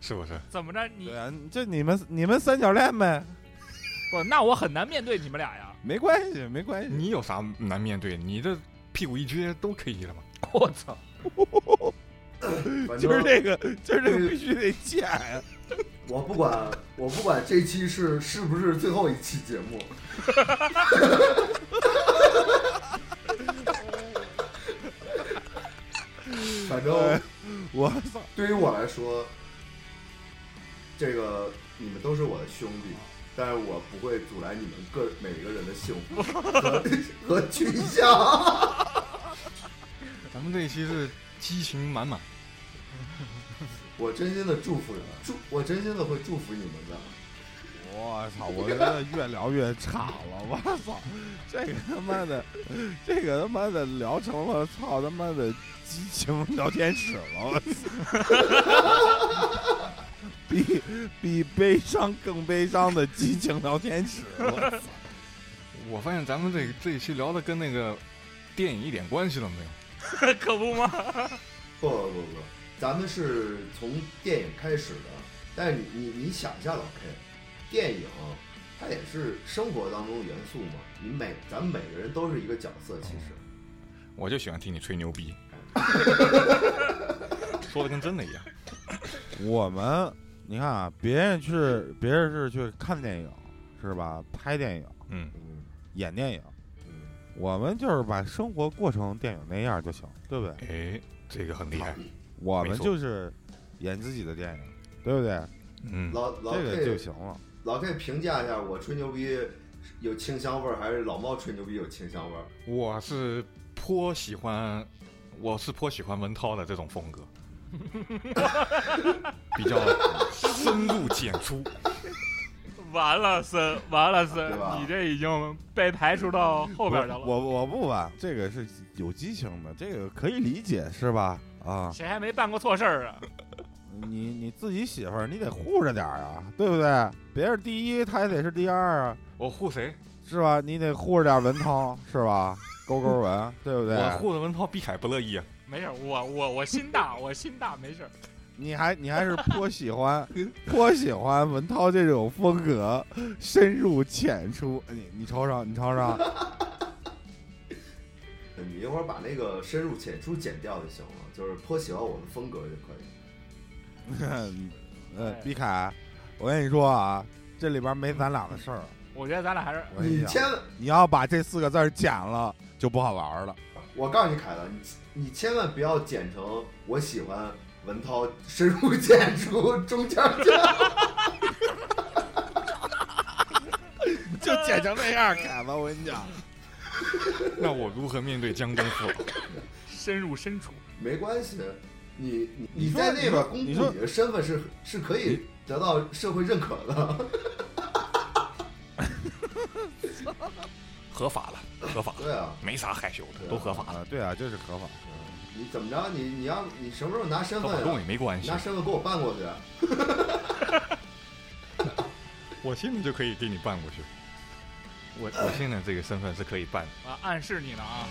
是不是？
怎么着你
对啊，就你们你们三角恋呗，
不那我很难面对你们俩呀。
没关系没关系，
你有啥难面对？你这屁股一撅都可以了嘛？
我操！
反正
就是这个就是这个必须得见，啊
我不管，我不管这期是是不是最后一期节目，反正
我操，
对于我来说，这个你们都是我的兄弟，但是我不会阻拦你们个每个人的幸福和 和去向。
咱们这一期是激情满满，
我真心的祝福你们，祝我真心的会祝福你们的。
我操！我觉得越聊越差了，我操！这个他妈的，这个他妈的聊成了操他妈的激情聊天室了，我操！比比悲伤更悲伤的激情聊天室，我 操！
我发现咱们这这一期聊的跟那个电影一点关系都没有。
可不吗？
不不不不，咱们是从电影开始的，但是你你你想一下，老 K，电影它也是生活当中元素嘛，你每咱们每个人都是一个角色，其实。
哦
我就喜欢听你吹牛 逼，说的跟真的一样。
我们你看啊，别人去别人是去看电影是吧？拍电影、
嗯，
嗯
演电影，
嗯，
我们就是把生活过成电影那样就行，对不对？
哎，这个很厉害。
我
没
们
错
就是演自己的电影，对不对？
嗯，
老老
这个就
K
行了。
老 K 评价一下，我吹牛逼有清香味儿，还是老猫吹牛逼有清香味儿？
我是颇喜欢，我是颇喜欢文涛的这种风 格，比较深入浅 出。
完了森，完了森
对吧，
你这已经被排除到后边去
不
了。
我我不吧，这个是有激情的，这个可以理解是吧？啊，
谁还没办过错事儿啊？
你你自己媳妇儿，你得护着点儿啊，对不对？别人第一，她也得是第二啊，
我护谁？
是吧？你得护着点儿文涛，是吧？勾勾文，对不对？啊
我护着文涛，毕凯不乐意啊。
没事儿，我我我心大，我心大，没事儿。
你还你还是颇喜欢 颇喜欢文涛这种风格，深入浅出。哎你你瞅瞅，你 瞅瞅，
你一会儿把那个深入浅出剪掉就行了，就是颇喜欢我们风格就可以了。
呃，毕凯，我跟你说啊，这里边没咱俩的事儿。
我觉得咱俩还是
我跟
你
讲
千万，
你要把这四个字儿剪了，就不好玩了。
我告诉你凯子，你你千万不要剪成我喜欢文涛深入 浅出中间儿间。
就剪成那样，凯子，我跟你 讲，
那我如何面对江东父老？
深入深处。
没关系，你你
你
你
说
在那边公
你
布
说
你的身份是是可以得到社会认可的。
合法了，合法了，
对啊，
没啥害羞的，都合法了，
啊，对啊，这是合法。
你怎么着？你你要你什么时候拿身
和
份
法跟我
啊、
也没关系
拿。身份给我办过去。啊
我现在就可以给你办过去。我我现在这个身份是可以办的。
啊，暗示你呢啊！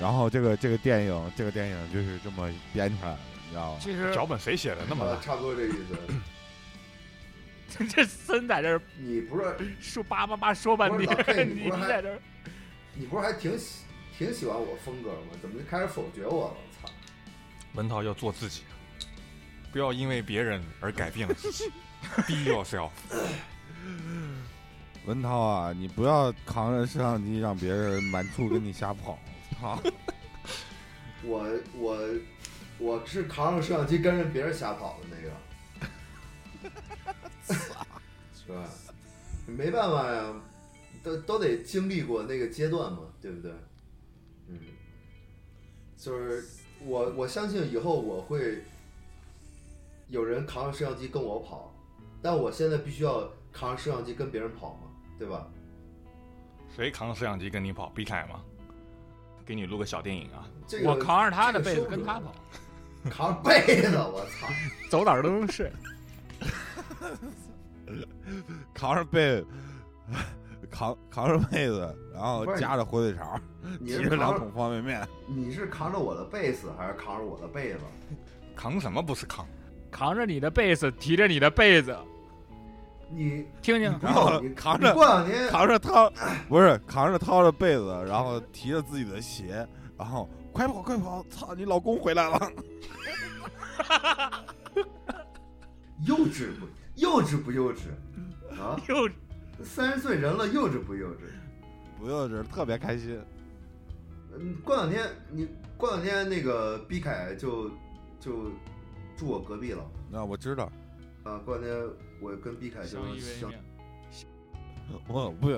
然后这个这个电影，这个电影就是这么编出来的，你知道吧？
其实
脚本谁写的那么
呃，
烂？
差不多这意 思。
这森在这儿
你不是
说叭叭叭说半
不是老佩
天，
你
你
不是
你在这儿
你不是还挺喜挺喜欢我风格吗？怎么就开始否决我了？我操！
文涛要做自己，不要因为别人而改变了自己。Be yourself。
文涛啊，你不要扛着摄像机让别人满处跟你瞎跑，啊操！
我我我是扛着摄像机跟着别人瞎跑的那个， 对，没办法呀，都都得经历过那个阶段嘛，对不对？嗯，就是我我相信以后我会有人扛着摄像机跟我跑，但我现在必须要扛着摄像机跟别人跑嘛，对吧？
谁扛着摄像机跟你跑？毕凯吗？给你录个小电影啊！
这个
我扛着他的被
这
子
个说
跟
不
他
准啊
跑，
扛着被子，我操！
走哪儿都能睡。
扛着被， 扛扛着被子，然后
不是
夹着火腿肠，
你
提
是
着两
扛
桶方便面。
你是扛着我的贝斯，还是扛着我的被子？
扛什么不是扛？
扛着你的被子，提着你的被子，
你
听听
你不
然后
用你
扛
你
着
过两天
扛着掏， 不是扛着掏着被子，然后提着自己的鞋，然后快跑快跑！操，你老公回来了！
幼稚不幼稚不幼稚 啊？
幼稚
三十岁人了，幼稚不幼稚？
不幼稚，特别开心。
嗯，过两天你过两天那个毕凯就就住我隔壁了
那我知道，
啊！过两天我跟毕凯就
相依为
相
命。
我不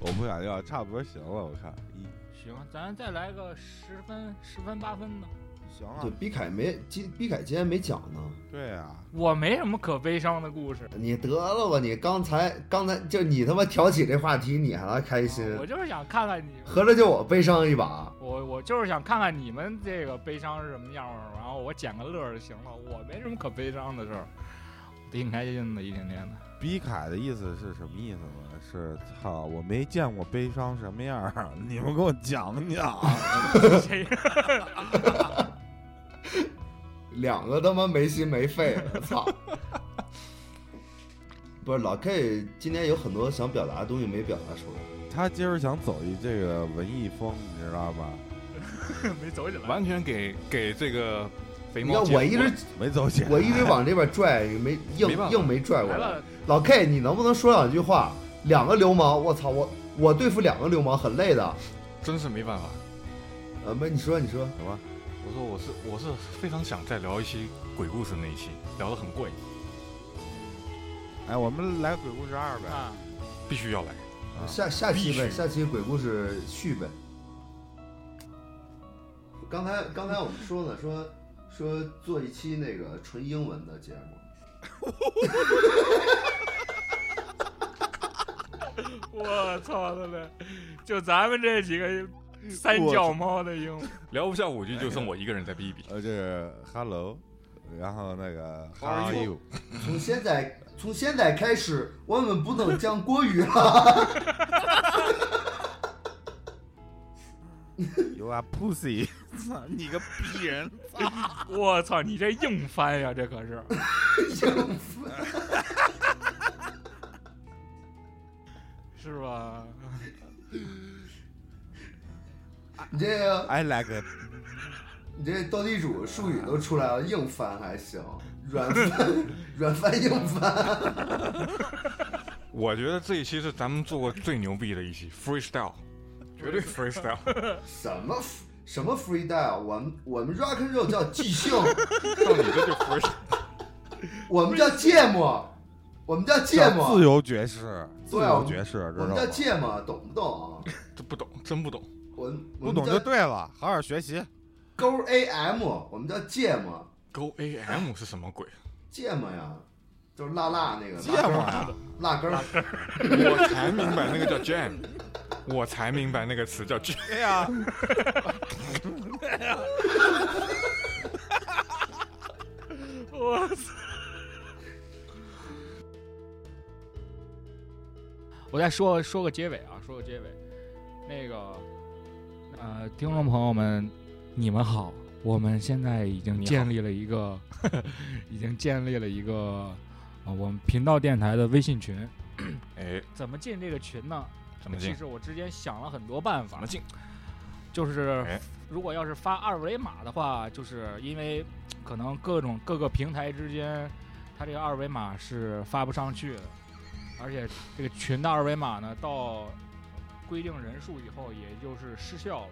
我不想要，差不多行了。我看一
行，咱再来个十分、十分、八分的。
行啊
对，毕凯没今毕凯今天没讲呢。
对啊，
我没什么可悲伤的故事，
你得了吧你！刚才刚才就你他妈挑起这话题，你还来开心
啊
我，就是想看看你，
合着就我悲伤一把。
我我就是想看看你们这个悲伤是什么样儿，然后我捡个乐儿就行了。我没什么可悲伤的事儿，挺开心的，一天天的。
毕凯的意思是什么意思呢？是操，我没见过悲伤什么样儿，啊 你们给我讲讲。
谁
两个他妈没心没肺的，操！不是老 K 今天有很多想表达的东西没表达出来，
他今儿想走一这个文艺风，你知道吧？
没走起来？
完全给给这个肥
你
猫
看
解
我
读
一直
了
没走起来。
我一直往这边拽，没硬
没办法
硬没拽过
来
来。
了，
老 K，你能不能说两句话？两个流氓，我操，我我对付两个流氓很累的。
真是没办法。
呃，没，你说你说，
什么？
我说我是我是非常想再聊一期鬼故事那一期，聊得很过瘾，
哎，我们来鬼故事二呗。
啊，
必须要来。
啊
下下
必
期呗，
须
下期鬼故事续呗。刚才刚才我们说呢，说说做一期那个纯英文的节目，
我操他妈！就咱们这几个三脚猫的英文，
聊不下五句，就剩我一个人在逼逼。
呃，这是 Hello，然后那个 How
How
are
are
you？
从现在从现在开始，我们不能讲国语了。
You are pussy！操 你个逼人！
我操！你这硬翻呀，这可 是。是吧？
你这个
I like it
你这斗地主术语都出来了，硬翻还行，软翻 软翻硬翻。
我觉得这一期是咱们做过最牛逼的一期，freestyle，绝对 freestyle。
什么 f- 什么 freestyle？我们我们 rock and roll 叫即兴，
到你这就 freestyle，
我们叫芥末，我们叫 芥
叫自
末，
由爵士，自
对啊
由爵士，知
我
道
们叫
吗？
芥末，懂不懂啊？
这不懂，真不懂。
我们
不
我们
懂
叫
就对了，好好学习。
勾 am，我们叫芥末，
Go AM 是什么鬼？
芥末呀，就是辣辣那个
芥末呀，
辣根儿，辣根儿
我才明白那个叫 jam，我才明白那个词叫 jam。
对
啊
呀，
我操！
我再说说个结尾啊，说个结尾。那个，呃，听众朋友们，你们好，我们现在已经
你好
建立了一 个，已经建立了一个，呃，我们频道电台的微信群。
哎，
怎么进这个群呢？
怎么
其
进？
实我之前想了很多办法
怎么，进？
就是
哎
如果要是发二维码的话，就是因为可能各种各个平台之间，它这个二维码是发不上去的，而且这个群的二维码呢，到规定人数以后，也就是失效了。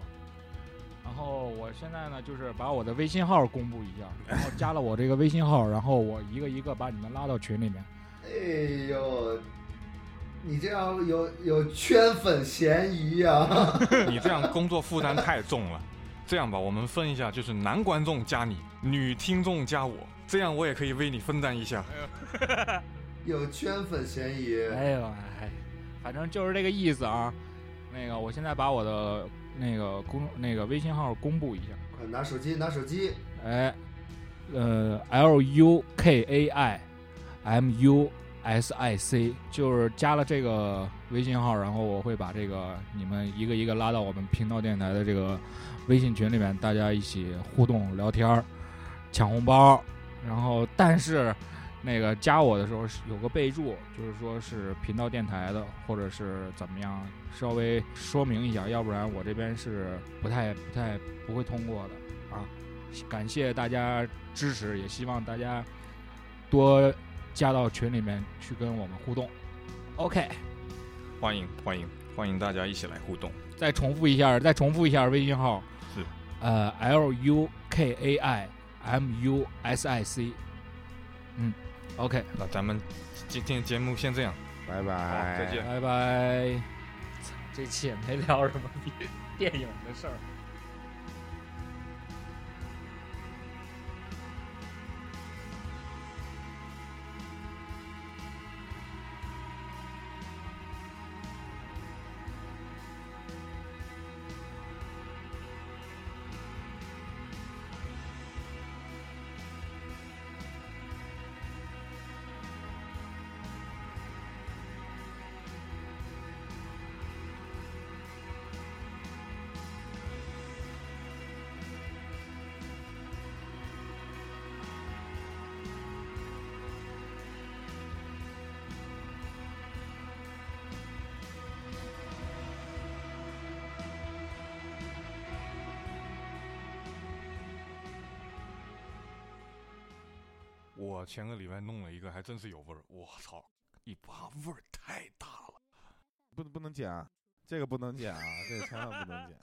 然后我现在呢，就是把我的微信号公布一下，然后加了我这个微信号，然后我一个一个把你们拉到群里面。
哎呦，你这样有有圈粉嫌疑啊呀、
你这样工作负担太重了。这样吧，我们分一下，就是男观众加你，女听众加我，这样我也可以为你分担一下。
有圈粉嫌疑。
哎呦，哎，反正就是这个意思啊。那个，我现在把我的那个公那个微信号公布一下，
快拿手机，拿手机，
哎，呃，L U K A I M U S I C，就是加了这个微信号，然后我会把这个你们一个一个拉到我们频道电台的这个微信群里面，大家一起互动聊天儿，抢红包。然后，但是那个加我的时候是有个备注，就是说是频道电台的，或者是怎么样，稍微说明一下，要不然我这边是不太不太不会通过的啊。感谢大家支持，也希望大家多加到群里面去跟我们互动。OK，
欢迎欢迎欢迎大家一起来互动。
再重复一下，再重复一下微信号
是
呃 L U K A I M U S I C，嗯，OK，
那咱们今天节目先这样，
拜
好，
拜，
再见。
拜拜。
这期也没聊什么 电影的事儿。
我前个礼拜弄了一个，还真是有味儿，我操，一把味儿太大了。
不不能剪啊，这个不能剪啊，这个千万不能剪。